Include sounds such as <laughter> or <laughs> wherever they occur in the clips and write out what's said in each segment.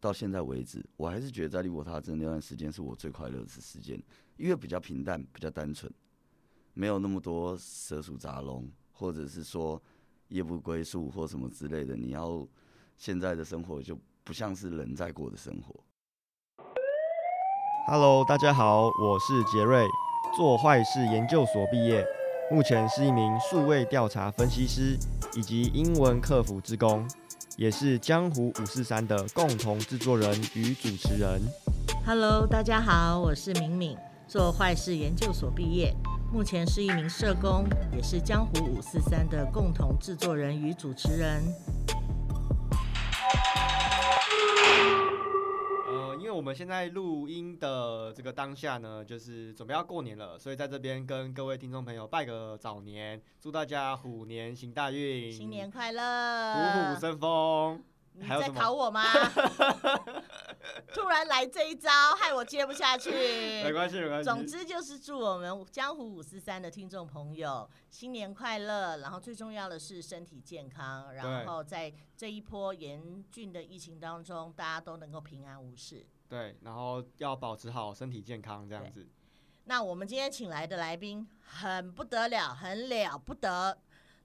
到现在为止，我还是觉得在利伯塔镇那段时间是我最快乐的时间，因为比较平淡，比较单纯，没有那么多蛇鼠杂笼，或者是说夜不归宿或什么之类的。你要现在的生活就不像是人在过的生活。 Hello，大家好，我是杰瑞，做坏事研究所毕业，目前是一名数位调查分析师以及英文客服职工，也是《江湖五四三》的共同制作人与主持人。 Hello，大家好，我是敏敏，做坏事研究所毕业，目前是一名社工，也是江湖五四三的共同制作人与主持人。呃，因为我们现在录音的这个当下呢，就是准备要过年了，所以在这边跟各位听众朋友拜个早年，祝大家虎年行大运，新年快虎乐！虎生风。你还有在什么考 <laughs> 我吗？突然来这一招，害我接不下没去。关系，没关系。总之就是祝我们江湖五四三的听众朋友新年快乐，然后最重要的是身体健康，对然后在这一波严峻的疫情当中，大家都能够平安无事。对，然后要保持好身体健康，这样对子。那我们今天请来的来宾很不得了，很了不得。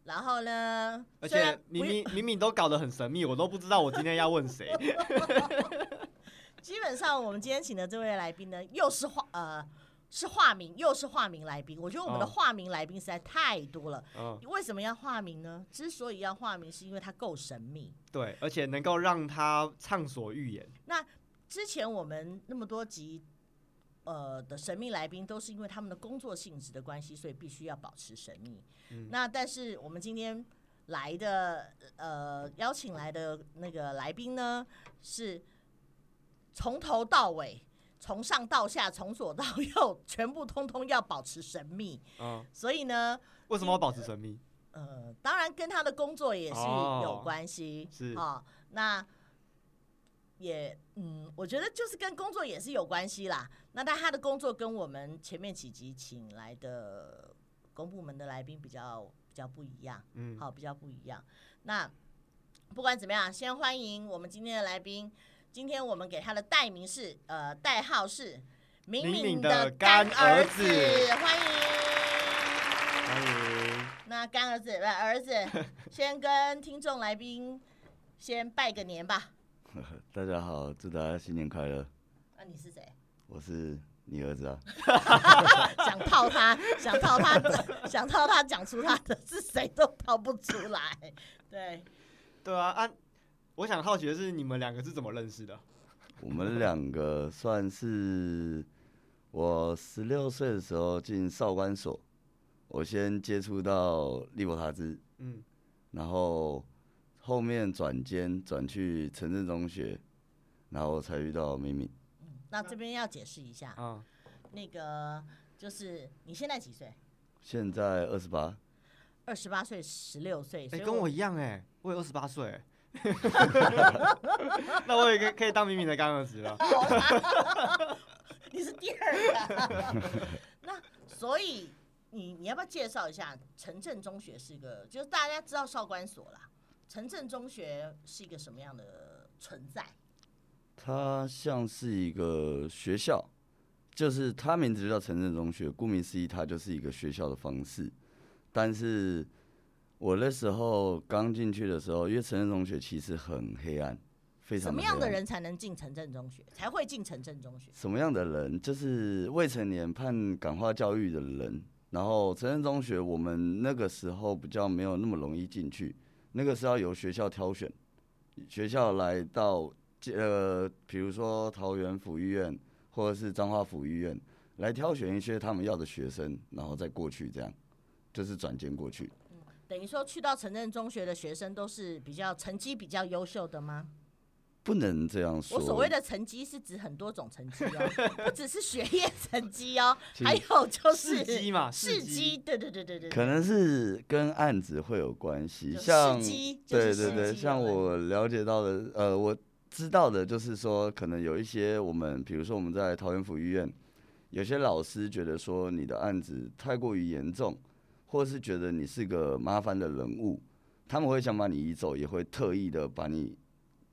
然后呢，而虽然且不明明明明都搞得很神秘，我都不知道我今天要问 <laughs> 谁。基本上我们今天请的这位来宾呢，又是化呃是化名，又是化名来宾。我觉得我们的哦化名来宾实在太多了。嗯，为什么要化名呢？之所以要化名，是因为他够神秘。对，而且能够让他畅所欲言。之前我们那么多集。呃的神秘来宾都是因为他们的工作性质的关系，所以必须要保持神秘。嗯那但是我们今天来的呃邀请来的那个来宾呢，是从头到尾，从上到下，从左到右， <laughs> 全部通通要保持神秘。嗯，所以呢，为什么要保持神秘？呃，当然跟他的工作也是有哦关系，是哦，那也嗯，我觉得就是跟工作也是有关系啦。那但他的工作跟我们前面几集请来的公部门的来宾比较比较不一样，嗯，好、比较不一样。那不管怎么样，先欢迎我们今天的来宾。今天我们给他的代名是呃代号是敏敏敏的的干干儿儿子欢迎。欢迎。那干儿子不 <laughs> 儿子，先跟听众来宾先拜个年吧。大家好，祝大家新年快乐！那、啊你是谁？我是你儿子啊，想套他，想套他，想套他，讲出他的是谁都套不出来。对，对啊，啊，我想好奇的是，你们两个是怎么认识的？我们两个算是我十六岁的时候进少管所，我先接触到利伯塔兹，嗯，然后后面转间转去城镇中学，然后才遇到敏敏。那这边要解释一下，啊，那个就是你现在几岁？现在二十八，二十八岁，十六岁，哎、所以跟我一样哎、我也二十八岁欸。那我也可以可以当敏敏的干儿子了。 <laughs> 你是第二个。 <laughs> 那所以你你要不要介绍一下城镇中学是一个，就是大家知道少管所啦，城镇中学是一个什么样的存在？它像是一个学校，就是它名字就叫城镇中学，顾名思义，它就是一个学校的方式。但是我那时候刚进去的时候，因为城镇中学其实很黑暗，非常什么黑样的暗人才能进城镇中学？才会进城镇中学？什么样的人？就是未成年判感化教育的人。然后成人中学，我们那个时候比较没有那么容易进去，那个是要由学校挑选，学校来到呃，比如说桃园辅育院或者是彰化辅育院来挑选一些他们要的学生，然后再过去这样，就是转接过去。等于说去到城镇中学的学生都是比较成绩比较优秀的吗？不能这样说。我所谓的成绩是指很多种成 <laughs> 绩哦，不只是学业成绩哦，是还有就是试机嘛，试机机，。对对对对对，可能是跟案子会有关系，就像司机就对是司对机对，有像问我了解到的，呃，我知道的就是说，可能有一些我们，比如说我们在桃园府医院，有些老师觉得说你的案子太过于严重，或是觉得你是个麻烦的人物，他们会想把你移走，也会特意的把你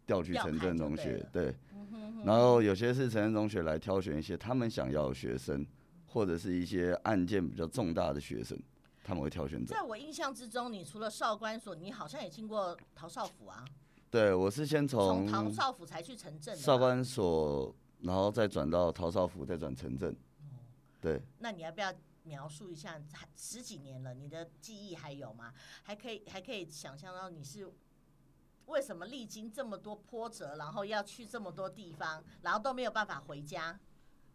调去调城派镇就中对学了，对，嗯然后有些是成人中学来挑选一些他们想要的学生，或者是一些案件比较重大的学生，他们会挑选走。在我印象之中，你除了少管所，你好像也进过陶少府啊，对我是先从从陶少府才去城镇的嘛。少管所，然后再转到陶少府，再转城镇。哦对，那你要不要描述一下？还十几年了，你的记忆还有吗？还可以，还可以想象到你是为什么历经这么多波折，然后要去这么多地方，然后都没有办法回家？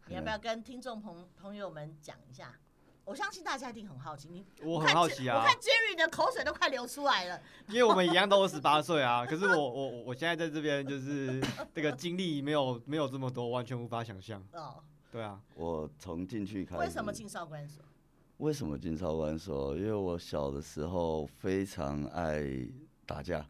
你要嗯不要跟听众朋朋友们讲一下？我相信大家一定很好奇，你我很好奇啊我看 Jerry 的口水都快流出来了。因为我们一样都二十八岁啊，可是我我我我现在在这边就是这个经历没有没有这么多，完全无法想象。哦，对啊，我从进去开始。为什么进少管所？为什么进少管所？因为我小的时候非常爱打架，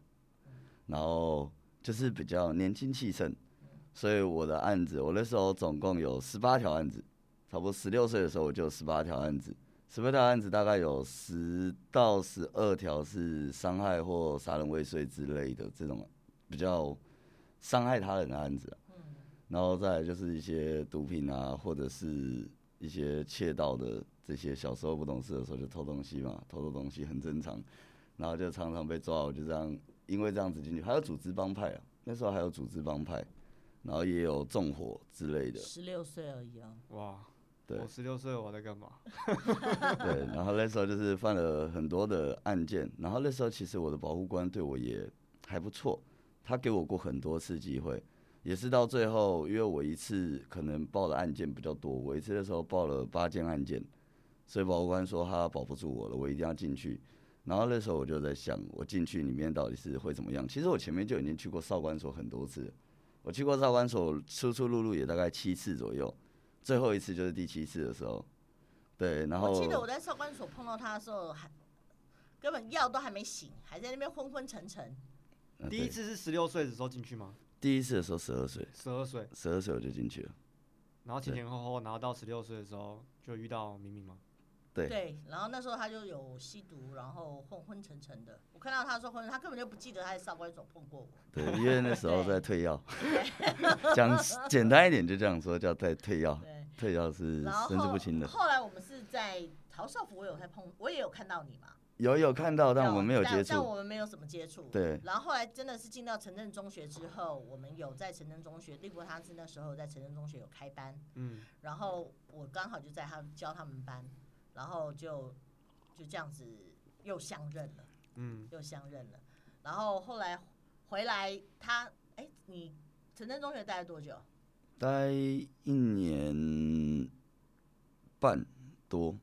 然后就是比较年轻气盛，嗯所以我的案子，我那时候总共有十八条案子，差不多十六岁的时候我就十八条案子，十八条案子大概有十到十二条是伤害或杀人未遂之类的这种比较伤害他人的案子、啊，然后再来就是一些毒品啊，或者是一些窃盗的这些，小时候不懂事的时候就偷东西嘛，偷偷东西很正常，然后就常常被抓，我就这样，因为这样子进去，还有组织帮派啊，那时候还有组织帮派，然后也有纵火之类的，十六岁而已哦。哇，对我十六岁我在干嘛？对，然后那时候就是犯了很多的案件，然后那时候其实我的保护官对我也还不错，他给我过很多次机会，也是到最后，因为我一次可能报的案件比较多，我一次的时候报了八件案件，所以保护官说他保不住我了，我一定要进去。然后那时候我就在想，我进去里面到底是会怎么样？其实我前面就已经去过少管所很多次了，我去过少管所出出入入也大概七次左右，最后一次就是第七次的时候。对，然后我记得我在少管所碰到他的时候，还根本药都还没醒，还在那边昏昏沉沉。嗯第对一次是十六岁的时候进去吗？第一次的时候十二岁，十二岁，十二岁我就进去了。然后前前后后，然后到十六岁的时候就遇到明明吗？对然后那时候他就有吸毒，然后昏昏沉沉的。我看到他说昏，他根本就不记得他在少管所碰过我。对， <laughs> 因为那时候在退药，讲简单一点就这样说，叫在退药。对，退药是然后神志不清的，后来我们是在陶少府，我有在碰，我也有看到你嘛，有有看到，但我们没有接但触。我们没有什么接触。对然后后来真的是进到城镇中学之后，我们有在城镇中学，立国他是那时候在城镇中学有开班，嗯，然后我刚好就在他教他们班，然后就就这样子又相认了，嗯，又相认了。然后后来回来他，哎，你城镇中学待了多久？待一年半多，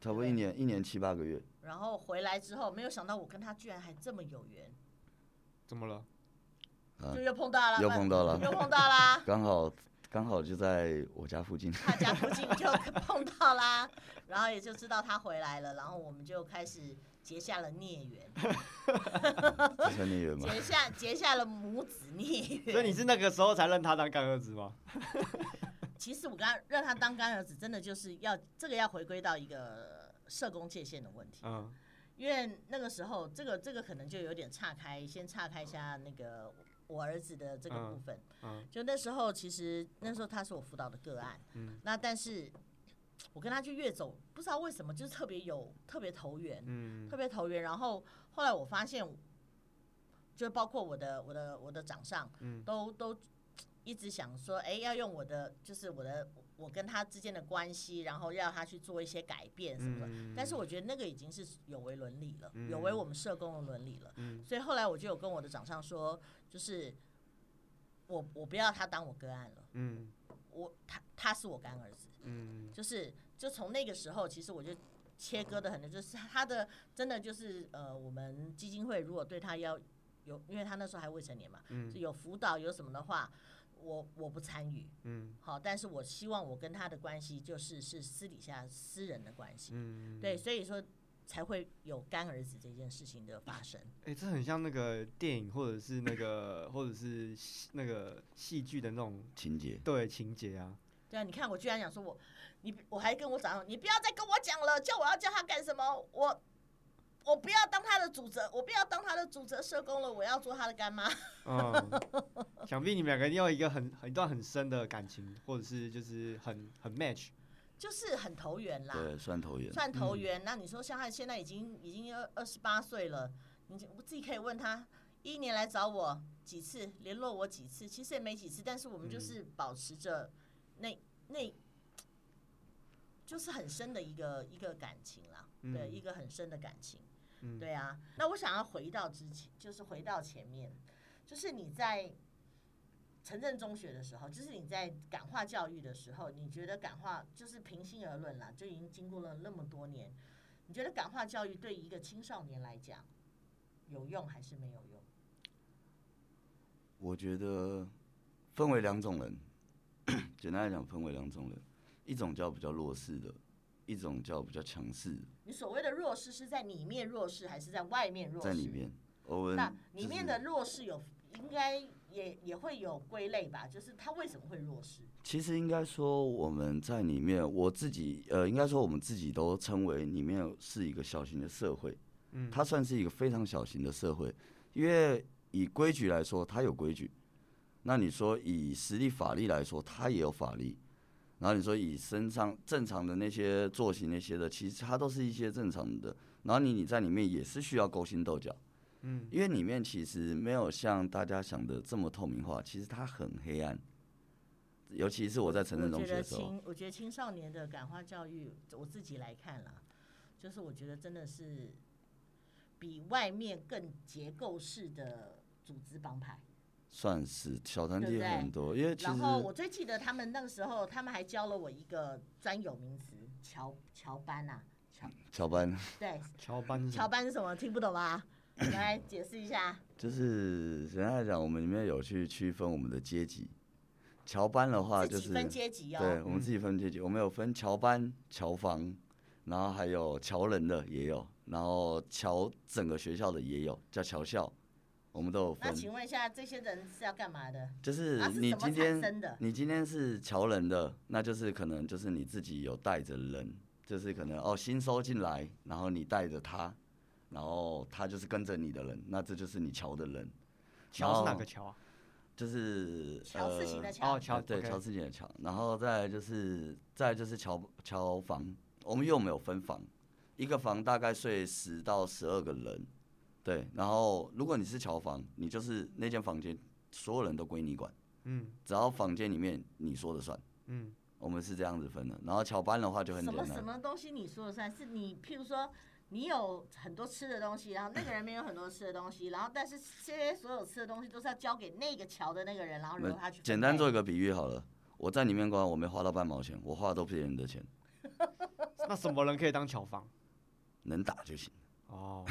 差不多一年一年七八个月。然后回来之后，没有想到我跟他居然还这么有缘，怎么了？啊就又碰到了，又碰到了。又碰到啦刚好刚好就在我家 <laughs> 附近。 <laughs> 他家附近就碰到啦，然后也就知道他回来了，然后我们就开始结下了孽缘，哎这算孽 <laughs> 缘吗？结下结下了母子孽缘。所以你是那个时候才认他当干儿子吗？其实我刚刚让他当干儿子，真的就是要这个要回归到一个社工界限的问题，嗯，因为那个时候这个这个可能就有点岔开，先岔开一下那个我儿子的这个部分。嗯嗯就那时候其实那时候他是我辅导的个案，嗯那但是我跟他就越走，不知道为什么就是特别有特别投缘，嗯特别投缘。然后后来我发现，就包括我的我的我的掌上，嗯都都一直想说，哎，要用我的就是我的我跟他之间的关系，然后让他去做一些改变什么的。嗯但是我觉得那个已经是有违伦理了，嗯有违我们社工的伦理了。嗯所以后来我就有跟我的掌上说，就是我我不要他当我个案了，嗯我他他是我干儿子。嗯就是就从那个时候，其实我就切割的很多，就是他的真的就是呃，我们基金会如果对他要有，因为他那时候还未成年嘛，嗯就有辅导有什么的话，我我不参与，嗯好，但是我希望我跟他的关系就是是私底下私人的关系，嗯，对，所以说才会有干儿子这件事情的发生。哎、这很像那个电影，或者是那个，或者是戏那个戏剧的那种情节。对情节啊。对啊，你看我居然讲说我，你我还跟我长上，你不要再跟我讲了，叫我要叫他干什么？我我不要当他的主责，我不要当他的主责社工了，我要做他的干妈。嗯，想必你们两个一定有一个很很一段很深的感情，或者是就是很很 match。就是很投缘啦，对，算投缘。嗯算投缘。那你说像他现在已经已经二二十八岁了，你就我自己可以问他，一年来找我几次，联络我几次，其实也没几次，但是我嗯们就是保持着那那，就是很深的一个一个感情啦，嗯对，一个很深的感情。嗯对啊，那我想要回到之前，就是回到前面，就是你在城镇中学的时候，就是你在感化教育的时候，你觉得感化就是平心而论啦，就已经经过了那么多年，你觉得感化教育对一个青少年来讲有用还是没有用？我觉得分为两种人， <coughs> 简单来讲，分为两种人，一种叫比较弱势的，一种叫比较强势的，你所谓的弱势是在里面弱势，还是在外面弱势？在里面。我们那就里面是的弱势有应该也也会有归类吧？就是他为什么会弱势？其实应该说我们在里面，我自己呃，应该说我们自己都称为里面是一个小型的社会，嗯，它算是一个非常小型的社会，因为以规矩来说，它有规矩；那你说以实力法力来说，它也有法力。然后你说以身上正常的那些作息那些的，其实它都是一些正常的。然后你你在里面也是需要勾心斗角，嗯，因为里面其实没有像大家想的这么透明化，其实它很黑暗。尤其是我在城镇中学的时我觉候，得青，我觉得青少年的感化教育，我自己来看啦，就是我觉得真的是比外面更结构式的组织帮派。算是小团对体不对很多，因为其然后实我最记得他们那个时候，他们还教了我一个专有名词——乔乔班啊，乔小班 <laughs> 对，乔班是什乔么班是什么？听不懂吧？来解释一下。就是简单来讲，我们里面有去区分我们的阶级。乔班的话就自己是分阶级对哦，，我们自己分阶级，我们有分侨班、侨房，然后还有侨人的也有，然后侨整个学校的也有，叫侨校，我们都有那分。请问一下，这些人是要干嘛的？啊就是它是你怎么今天产生的？你今天是侨人的，那就是可能就是你自己有带着人，就是可能哦新收进来，然后你带着他，然后他就是跟着你的人，那这就是你侨的人，乔是哪个哦乔啊？就是哎乔事呃情的乔，哦，乔对， OK 乔自己的乔，然后再来就是再来就是乔乔房，我们因为我们有分房，一个房大概睡十到十二个人，对，然后如果你是乔房，你就是那间房间所有人都归你管，嗯，只要房间里面你说的算，嗯，我们是这样子分的，然后乔班的话就很什简么什单，么东西你说了算？是你譬如说你有很多吃的东西，然后那个人没有很多吃的东西，然后但是这些所有吃的东西都是要交给那个桥的那个人，然后由他去分简单配做一个比喻好了，我在里面光我没花到半毛钱，我花的都别人的钱，那什么人可以当乔房？能打就行。哦，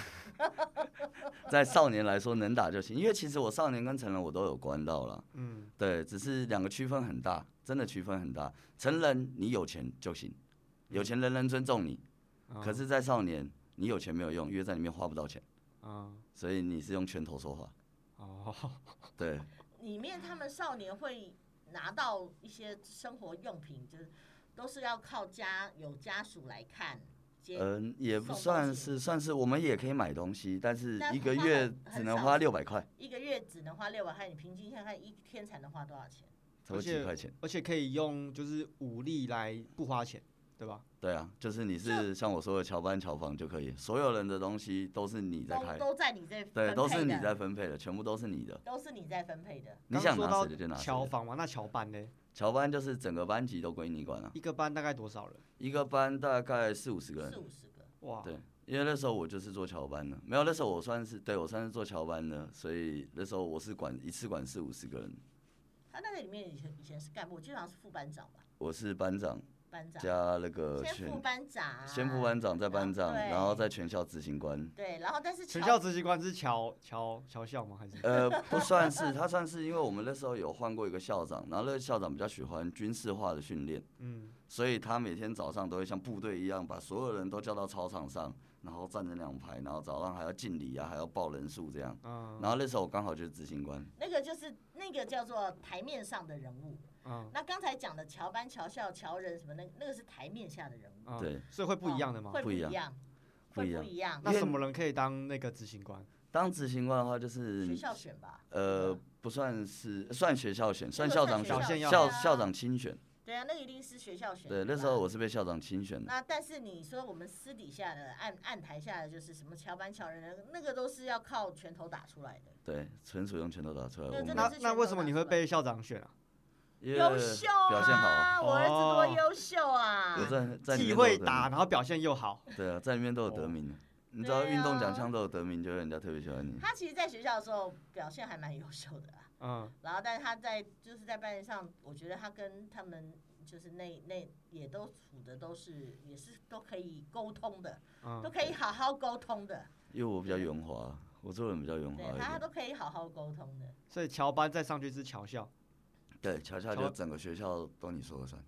在少年来说能打就行，因为其实我少年跟成人我都有关到了，嗯，对，只是两个区分很大，真的区分很大。成人你有钱就行，嗯有钱人人尊重你，啊可是，在少年你有钱没有用，因为在里面花不到钱，嗯，所以你是用拳头说话，哦，对，里面他们少年会拿到一些生活用品，就是都是要靠家有家属来看。接嗯，也不送东算西是，算是我们也可以买东西，但是但一个花很月很只能少花钱六百块，一个月只能花六百块，你平均看看一天才能花多少钱？才会而几且块钱，而且可以用就是武力来不花钱，对吧？对啊，就是你是像我说的乔班乔房就可以，所有人的东西都是你在都开，都在你这对，分都配是你的在分配的，全部都是你的，都是你在分配的。你刚想说拿到谁的就拿谁乔的。房嘛，那乔班呢？乔班就是整个班级都归你管了、一个班大概多少人？一个班大概四五十个四人。五十个，哇，对，因为那时候我就是做乔班的，没有那时候我算是对我算是做乔班的，所以那时候我是管一次管四五十个人，他那个里面以前以前是干部，基本上是副班长吧，我是班长班长加那个先全副班长，先副班长再班长，对然后再全校执行官。对，然后但是全乔校执行官是乔乔乔校吗？还是呃，不算是，他算是，因为我们那时候有换过一个校长，然后那个校长比较喜欢军事化的训练，嗯，所以他每天早上都会像部队一样，把所有人都叫到操场上，然后站成两排，然后早上还要敬礼啊，还要报人数这样。嗯然后那时候我刚好就是执行官，那个就是那个叫做台面上的人物。嗯那刚才讲的乔班、乔校、乔人什么，那那个是台面下的人物，哦嗯，对，所以会不一样的吗会？不不一一样样，不会一不样一样。那什么人可以当那个执行官？当执行官的话，就是学校选吧。呃，不算是算学校选，算校长算学选，校校选校长亲选。对啊，那一定是学校选对，的吧。那时候我是被校长亲选的。那但是你说我们私底下的暗暗台下的就是什么乔班乔人的，那个都是要靠拳头打出来的。对，纯属用拳头打出来。那我真们的那是那全为都什么拿你出会来被校长选啊？因为优秀啊！表现好，我儿子多哦优秀啊！我在在里既面都有会得打，名。然后表现又好，对啊，在里面都有得名的。你知道对运动啊奖项都有得名，就会人家特别喜欢你。他其实，在学校的时候表现还蛮优秀的啊、嗯，然后但是他在就是在班上，我觉得他跟他们就是那那也都处的都是也是都可以沟通的，都嗯，可以好好沟通的，因为我比较圆滑，我做人比较圆滑对，一他他点。都可以好好沟通的。所以乔班再上去是乔校，对，乔乔乔就整个学校都你说了算。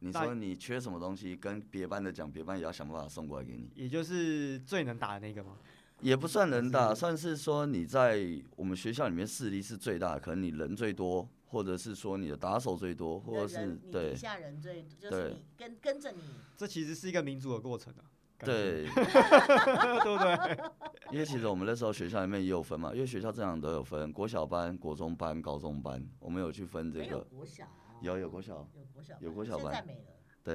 你那说你缺什么东西，跟别班的讲，别班也要想办法送过来给你。也就是最能打的那个嘛。也不算人还嗯大，是算是说你在我们学校里面势力是最大的，可能你人最多，或者是说你的打手最多，或那者是人你对底下人最就是对你跟跟着你，这其实是一个民主的过程啊，感觉，对， <laughs> 对不对？ <laughs> 因为其实我们那时候学校里面也有分嘛，因为学校正常都有分国小班、国中班、高中班，我们有去分这没有个，国小啊，有有国小，有国小有国小班现班在没了。对，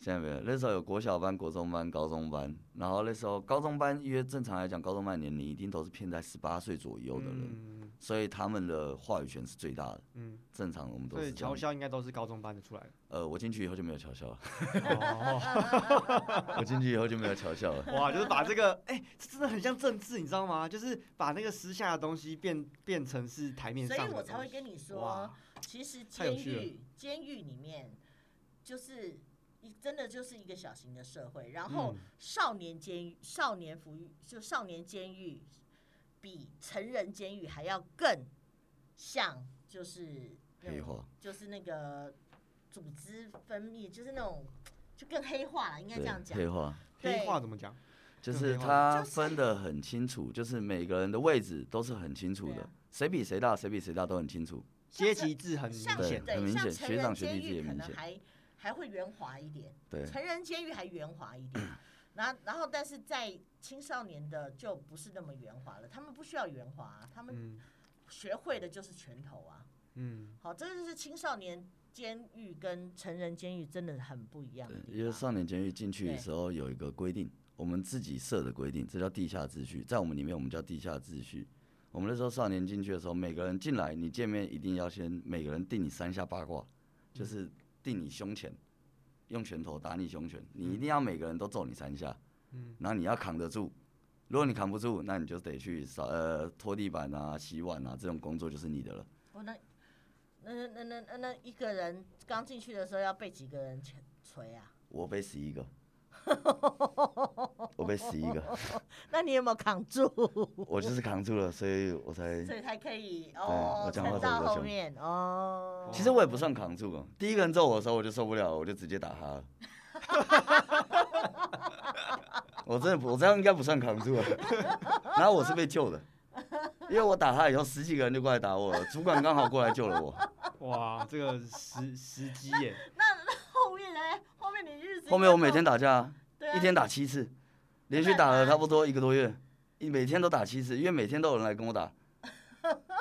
现在没有，那时候有国小班、国中班、高中班，然后那时候高中班，因为正常来讲，高中班的年龄一定都是偏在十八岁左右的人，嗯所以他们的话语权是最大的，嗯，正常我们都所是以这样乔。校应该都是高中班的出来的。呃，我进去以后就没有嘲笑了， <laughs> 哦，我进去以后就没有嘲笑了。哇，就是把这个，哎、这真的很像政治，你知道吗？就是把那个私下的东西变变成是台面所上的以东西。我才会跟你说哇，，其实太有监趣了狱监狱里面就是一真的就是一个小型的社会，然后嗯少年监狱、少年服狱就少年监狱比成人监狱还要更像就是那黑种化，就是那个组织分泌，就是那种就更黑化了，应该对这样，讲。黑化对黑话怎么讲？就更是黑化它就是分得很清楚，就是每个人的位置都是很清楚对的啊，谁比谁大，谁比谁大都很清楚。阶级制很明像对显，很对明像显成学人长学监弟制狱也可明能显还还会圆滑一点。对，成人监狱还圆滑一点， <clears throat> 然后然后但是在青少年的就不是那么圆滑了，他们不需要圆滑啊、他们嗯学会的就是拳头啊。嗯，好，这就是青少年监狱跟成人监狱真的很不一样的对，地因为方。少年监狱进去的对时候有一个规定，我们自己设的规定，这叫地下秩序，在我们里面我们叫地下秩序。我们那时候少年进去的时候，每个人进来，你见面一定要先每个人定你三下八卦，嗯就是定你胸前，用拳头打你胸前，你嗯一定要每个人都揍你三下，嗯，然后你要扛得住。如果你扛不住，那你就得去扫呃拖地板啊、洗碗啊，这种工作就是你的了。我那那那那那那一个人刚进去的时候要被几个人捶捶啊？我被十一个，我被十一个，那你有没有扛住？我就是扛住了，所以我才所以才可以我哦，讲话怎么撑到都后凶面哦。其实我也不算扛住了，第一个人揍我的时候我就受不了了，我就直接打他了。 <laughs> 我真的不，我这样应该不算扛住了。啊然后我是被救的，因为我打他以后，十几个人就过来打我了，主管刚好过来救了我。哇，这个时时机 <laughs> 耶，后面呢？后面你日子后面我每天打，打架，对啊一天打七次，连续打了差不多一个多月，一每天都打七次，因为每天都有人来跟我 <laughs> 打。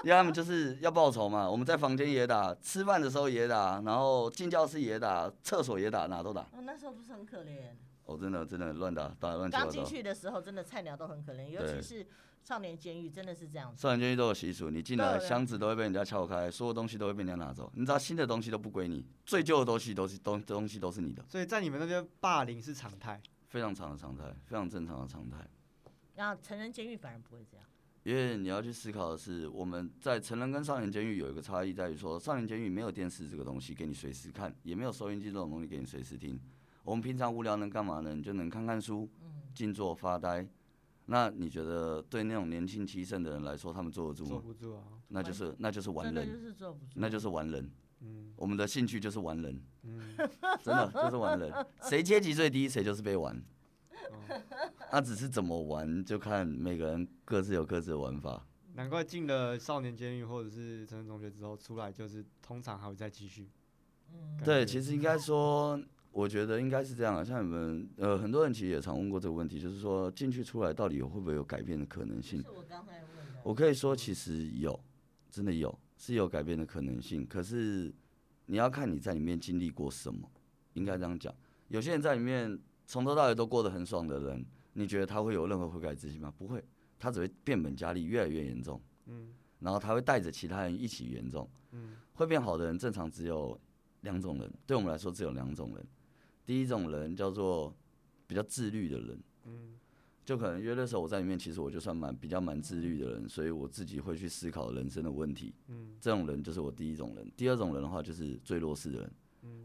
因为他们就是要报仇嘛，我们在房间也打，吃饭的时候也打，然后进教室也打，厕所也打，哪都打。我哦那时候不是很可怜，哦，真的真的乱打打乱七八刚进糟。去的时候真的菜鸟都很可怜，尤其对是少年监狱，真的是这样子。少年监狱都有习俗，你进来对对箱子都会被人家撬开，所有东西都会被人家拿走。你知道新的东西都不归你，最旧的东西都是东东西都是你的，所以在你们那边霸凌是常态。非常常的常态，非常正常的常态。然后成人监狱反而不会这样，因为你要去思考的是，我们在成人跟少年监狱有一个差异在于说，少年监狱没有电视这个东西给你随时看，也没有收音机这种东西给你随时听。我们平常无聊能干嘛呢？你就能看看书，静坐发呆。那你觉得对那种年轻气盛的人来说，他们坐得住坐吗？不住啊，那就是那就是玩真的人就。是坐不住。那就是玩人。嗯我们的兴趣就是玩人，嗯，真的就是玩人。谁阶级最低，谁就是被玩。哦那、只是怎么玩，就看每个人各自有各自的玩法。难怪进了少年监狱或者是成人中学之后出来，就是通常还会再继续。嗯，感对，觉其实应该说，我觉得应该是这样啊。像你们呃，很多人其实也常问过这个问题，就是说进去出来到底有会不会有改变的可能性是？我刚才问的。我可以说，其实有，真的有，是有改变的可能性。可是你要看你在里面经历过什么，应该这样讲。有些人在里面从头到尾都过得很爽的人，你觉得他会有任何悔改之心吗？不会，他只会变本加厉，越来越严重。嗯，然后他会带着其他人一起严重。嗯，会变好的人，正常只有两种人，对我们来说只有两种人。第一种人叫做比较自律的人。就可能约的时候，我在里面，其实我就算蛮比较蛮自律的人，所以我自己会去思考人生的问题。嗯，这种人就是我第一种人。第二种人的话，就是最弱势的人，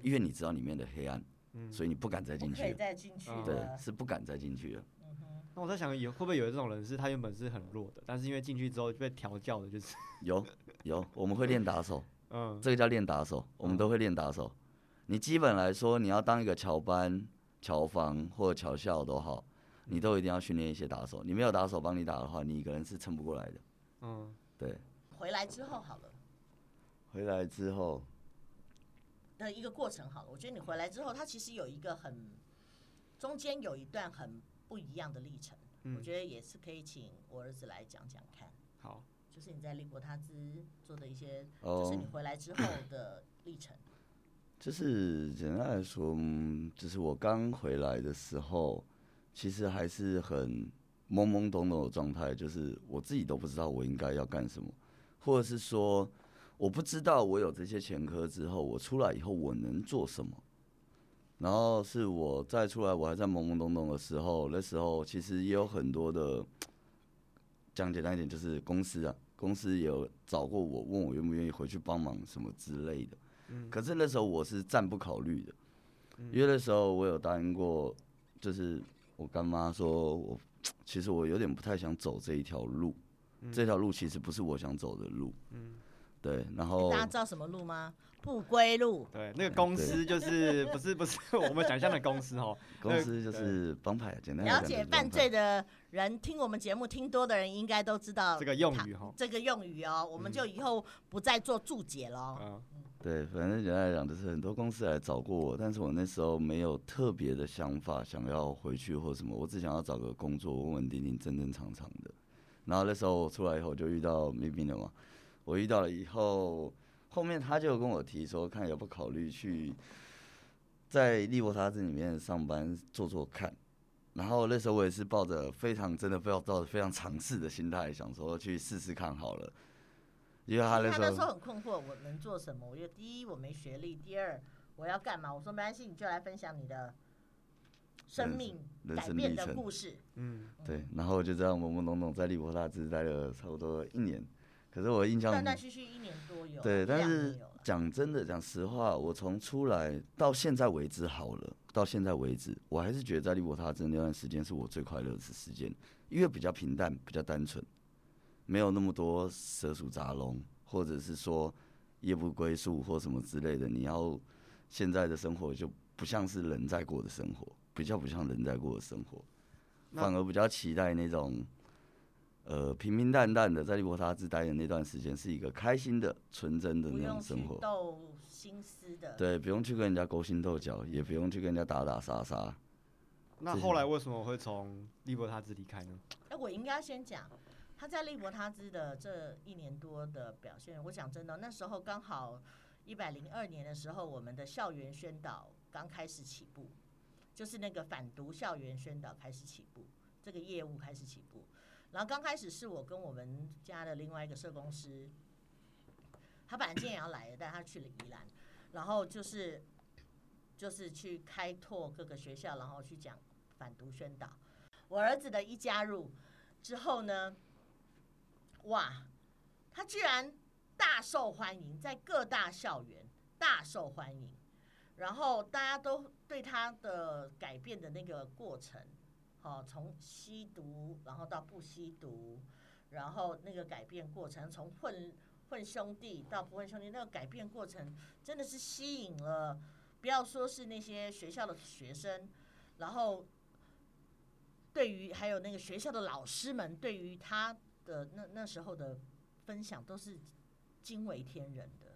因为你知道里面的黑暗，所以你不敢再不进可以去了，再进去嗯对，了。是不敢再进去了。那我在想，有会不会有这种人是他原本是很弱的，但是因为进去之后就被调教的，就是 <laughs> 有有，我们会练打手，嗯这个叫练打手，我们都会练打手。你基本来说，你要当一个侨班、侨房或侨校都好，你都一定要训练一些打手。你没有打手帮你打的话，你一个人是撑不过来的。嗯，对，回来之后好了回来之后，的一个过程好了，我觉得你回来之后，它其实有一个很中间有一段很不一样的历程，嗯我觉得也是可以请我儿子来讲讲看，好，就是你在利国他兹做的一些，哦、就是你回来之后的历程。就是简单来说，嗯，就是我刚回来的时候，其实还是很懵懵懂懂的状态，就是我自己都不知道我应该要干什么，或者是说我不知道我有这些前科之后，我出来以后我能做什么。然后是我再出来，我还在懵懵懂懂的时候，那时候其实也有很多的，讲简单一点就是公司啊，公司也有找过我，问我愿不愿意回去帮忙什么之类的。可是那时候我是暂不考虑的，因为那时候我有答应过，就是我干妈说我其实我有点不太想走这一条路，这条路其实不是我想走的路。嗯，对，然后大家知道什么路吗？不归路。对，那个公司就是不是不 <laughs> 是我们想象的公司 <laughs> 哦，公司就是帮派，啊简单来了讲就是解帮犯派罪的人，听我们节目听多的人应该都知道这个用语 <laughs> 哈，这个用语哦，我们就嗯以后不再做注解哦喽。啊嗯对，反正简单来讲，就是很多公司来找过我，但是我那时候没有特别的想法，想要回去或什么，我只想要找个工作，稳稳定定、正正常常的。然后那时候我出来以后就遇到咪咪了嘛，我遇到了以后，后面他就跟我提说，看要不考虑去在利伯塔兹里面上班做做看。然后那时候我也是抱着非常真的非常抱着非常尝试的心态，想说去试试看好了，因为他其啊那实他时那候时候很困惑，我能做什么？我觉得第一我没学历，第二我要干嘛？我说没关系，你就来分享你的生命人改生变历的程故事。嗯，对，然后就这样懵懵懂懂在利伯大只待了差不多一年，可是我印象断断续续一年多有，对，一但两是年有了讲真的，讲实话，我从出来到现在为止好了，到现在为止，我还是觉得在利伯塔真那段时间是我最快乐的时间，因为比较平淡，比较单纯，没有那么多蛇鼠杂龙，或者是说夜不归宿或什么之类的。你要现在的生活就不像是人在过的生活，比较不像人在过的生活，那反而比较期待那种。呃，平平淡淡的在利伯塔自待的那段时间，是一个开心的、纯真的不那种用生去活。斗心思的。对，不用去跟人家勾心斗角，也不用去跟人家打打杀杀。那后来为什么会从利伯塔兹离开呢？哎，我应该先讲他在利伯他兹的这一年多的表现。我讲真的，那时候刚好一百零二年的时候，我们的校园宣导刚开始起步，就是那个反毒校园宣导开始起步，这个业务开始起步。然后刚开始是我跟我们家的另外一个社工师，他本来今天也要来的，但他去了宜兰，然后就是就是去开拓各个学校，然后去讲反毒宣导。我儿子的一加入之后呢，哇，他居然大受欢迎，在各大校园大受欢迎，然后大家都对他的改变的那个过程，哦，从吸毒然后到不吸毒，然后那个改变过程，从混混兄弟到不混兄弟，那个改变过程真的是吸引了，不要说是那些学校的学生，然后对于还有那个学校的老师们，对于他的那那时候的分享都是惊为天人的。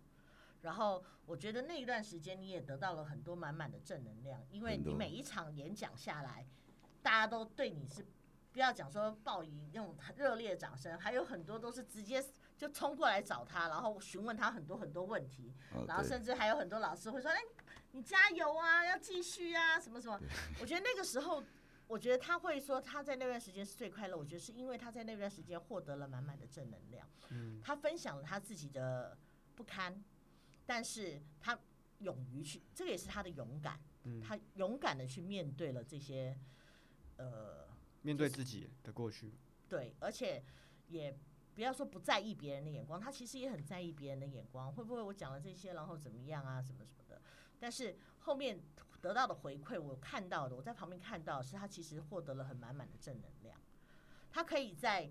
然后我觉得那一段时间你也得到了很多满满的正能量，因为很你多每一场演讲下来，大家都对你是不要讲说报以那种很热烈的掌声，还有很多都是直接就冲过来找他，然后询问他很多很多问题，哦然后对甚至还有很多老师会说：“哎，你加油啊，要继续啊，什么什么。”我觉得那个时候，我觉得他会说他在那段时间是最快乐。我觉得是因为他在那段时间获得了满满的正能量，嗯，他分享了他自己的不堪，但是他勇于去，这个也是他的勇敢，嗯他勇敢的去面对了这些，呃，面对自己的过去，对，而且也不要说不在意别人的眼光，他其实也很在意别人的眼光，会不会我讲了这些，然后怎么样啊，什么什么的。但是后面得到的回馈，我看到的，我在旁边看到的是他其实获得了很满满的正能量，他可以在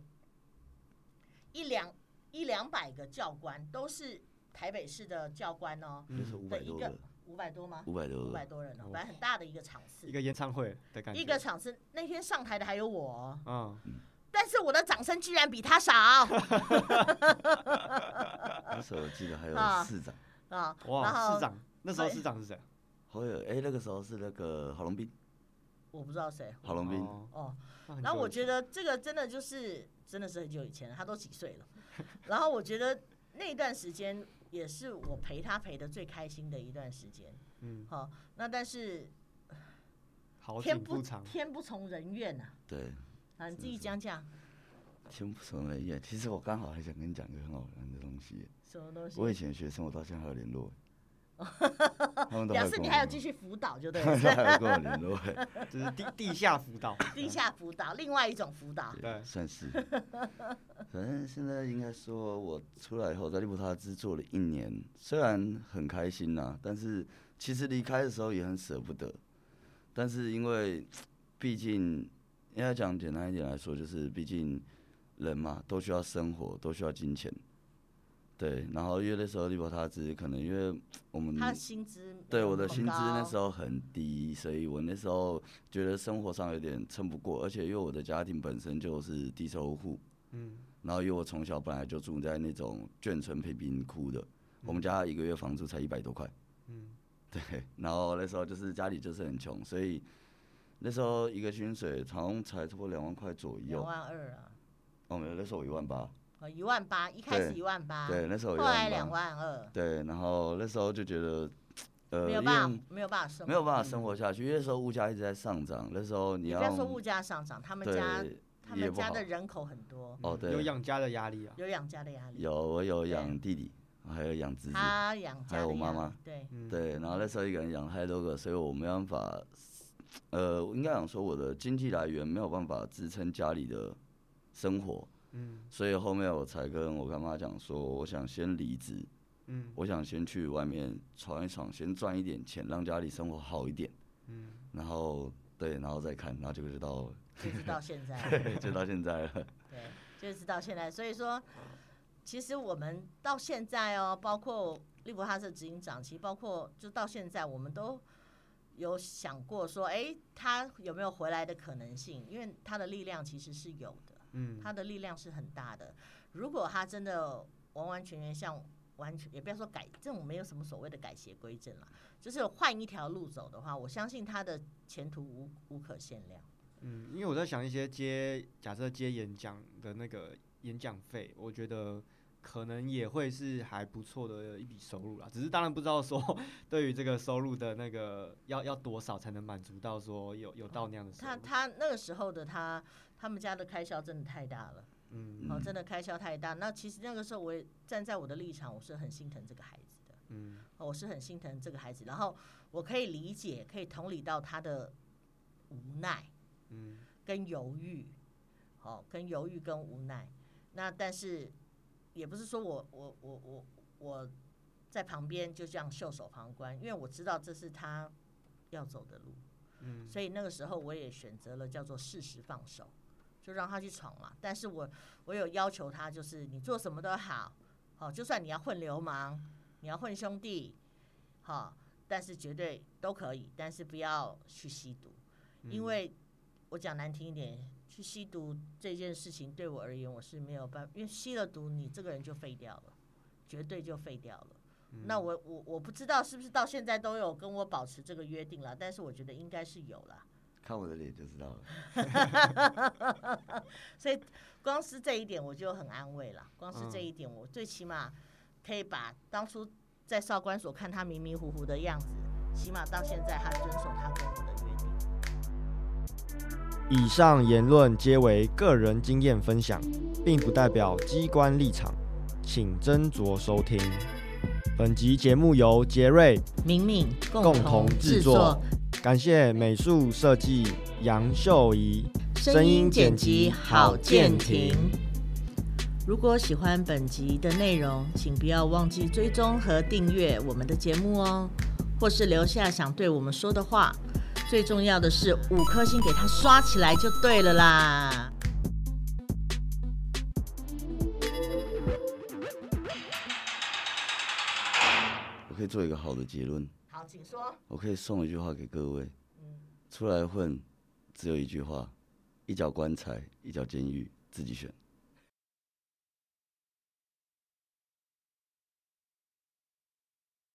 一两一两百个教官都是台北市的教官哦，就是五百的一多个个，五百多吗？五百五多百个，多人哦哦，反正很大的一个场次一，个演唱会的感觉，一个场次那天上台的还有我哦、嗯，但是我的掌声居然比 <laughs> 他少啊那时候我记得还啊有市长啊！然哇，后市长那时候对市长是谁？侯友，哎，那个时候是那个郝龙斌，我不知道谁郝龙斌，哦，哦。那很然后久我以觉得这个真的就是真的是很久以前了，他都几 <laughs> 岁了。然后我觉得那段时间也是我陪他陪的最开心的一段时间。前嗯，好、那但是好天景不不 <laughs> 长，天不从人愿呐、对，啊。你自是己是讲讲天不从人愿。其实我刚好还想跟你讲一个很好玩的东西耶，什么东西？我以前的学生我到现在还有联 <laughs> 络耶，他们都表有示跟你我还有联继续辅导，就 <laughs> 对络了，还有跟我联络哎耶，就是地地下辅 <laughs> 导，地下辅导，另外一种辅导。对算是。反正现在应该说，我出来以后在利布塔兹做了一年，虽然很开心呐、但是其实离开的时候也很舍不得。但是因为毕竟应该讲简单一点来说，就是毕竟人嘛都需要生活，都需要金钱。对，然后因为那时候利伯塔兹可能因为我们他的薪资嗯对我的薪资那时候候很低，所以我那时候觉得生活上有点撑不过，而且因为我的家庭本身就是低收户，嗯，然后因为我从小本来就住在那种眷村贫民窟的，我们家一个月房租才一百多块，嗯，对，然后那时候就是家里就是很穷，所以那时候一个薪水好像才差不多两万块左两右，万二啊，哦没有，那时候我一万八，哦一万八，一开始对一万八，对，那时候我一啊后来万两八，万二，对，然后那时候就觉得，呃，没有因办为法，没有办法生活，没有办法生活下去，因为那时候物价一直在上涨，那时候你嗯你要不要说物价上涨，他们家对他也们不家好的人口很多，哦嗯对有养家的压力啊，有养家的压力，有我有对养弟弟，还有养侄子，他养家还有的我压妈力妈，对，嗯，对，然后那时候一个人养太多个，所以我没办法，呃，应该讲说我的经济来源没有办法支撑家里的生活，嗯所以后面我才跟我干妈讲说，我想先离职，嗯我想先去外面闯一闯，先赚一点钱，让家里生活好一点，嗯，然后对，然后再看，然后结果就到，就是到现在 <laughs> 对，就到现在了，对，就是到现在，所以说，其实我们到现在哦，包括利伯哈特执行长，其实包括就到现在，我们都有想过说，哎，他有没有回来的可能性？因为他的力量其实是有的。嗯，他的力量是很大的。如果他真的完完全全像完全，也不要说改，这种没有什么所谓的改邪归正啦，就是换一条路走的话，我相信他的前途无无可限量。嗯，因为我在想一些接假设接演讲的那个演讲费，我觉得可能也会是还不错的一笔收入啦。只是当然不知道说对于这个收入的那个要要多少才能满足到说有有到那样的收他入。他那个时候的他，他们家的开销真的太大了，嗯哦，真的开销太大。那其实那个时候我也站在我的立场，我是很心疼这个孩子的。嗯哦我是很心疼这个孩子，然后我可以理解，可以同理到他的无奈，嗯，跟犹豫，哦，跟犹豫跟无奈。那但是也不是说我我我我我在旁边就这样袖手旁观，因为我知道这是他要走的路，嗯所以那个时候我也选择了叫做适时放手，就让他去闯嘛。但是我我有要求他，就是你做什么都好，好、就算你要混流氓，你要混兄弟，好、但是绝对都可以，但是不要去吸毒，因为我讲难听一点，去吸毒这件事情对我而言我是没有办法，因为吸了毒你这个人就废掉了，绝对就废掉了。嗯那我我我不知道是不是到现在都有跟我保持这个约定了，但是我觉得应该是有啦。看我的脸就知道了。所以光是这一点我就很安慰了。光是这嗯一点，我最起码可以把当初在少管所看他迷迷糊糊的样子，起码到现在他遵守他跟我的约定。以上言论皆为个人经验分享，并不代表机关立场，请斟酌收听。本集节目由杰瑞明明共同制作，感谢美术设计杨秀仪。声音剪辑郝建廷。如果喜欢本集的内容，请不要忘记追踪和订阅我们的节目哦，或是留下想对我们说的话。最重要的是五颗星给它刷起来就对了啦。我可以做一个好的结论，好，请说。我可以送一句话给各位：嗯，出来混，只有一句话，一脚棺材，一脚监狱，自己选。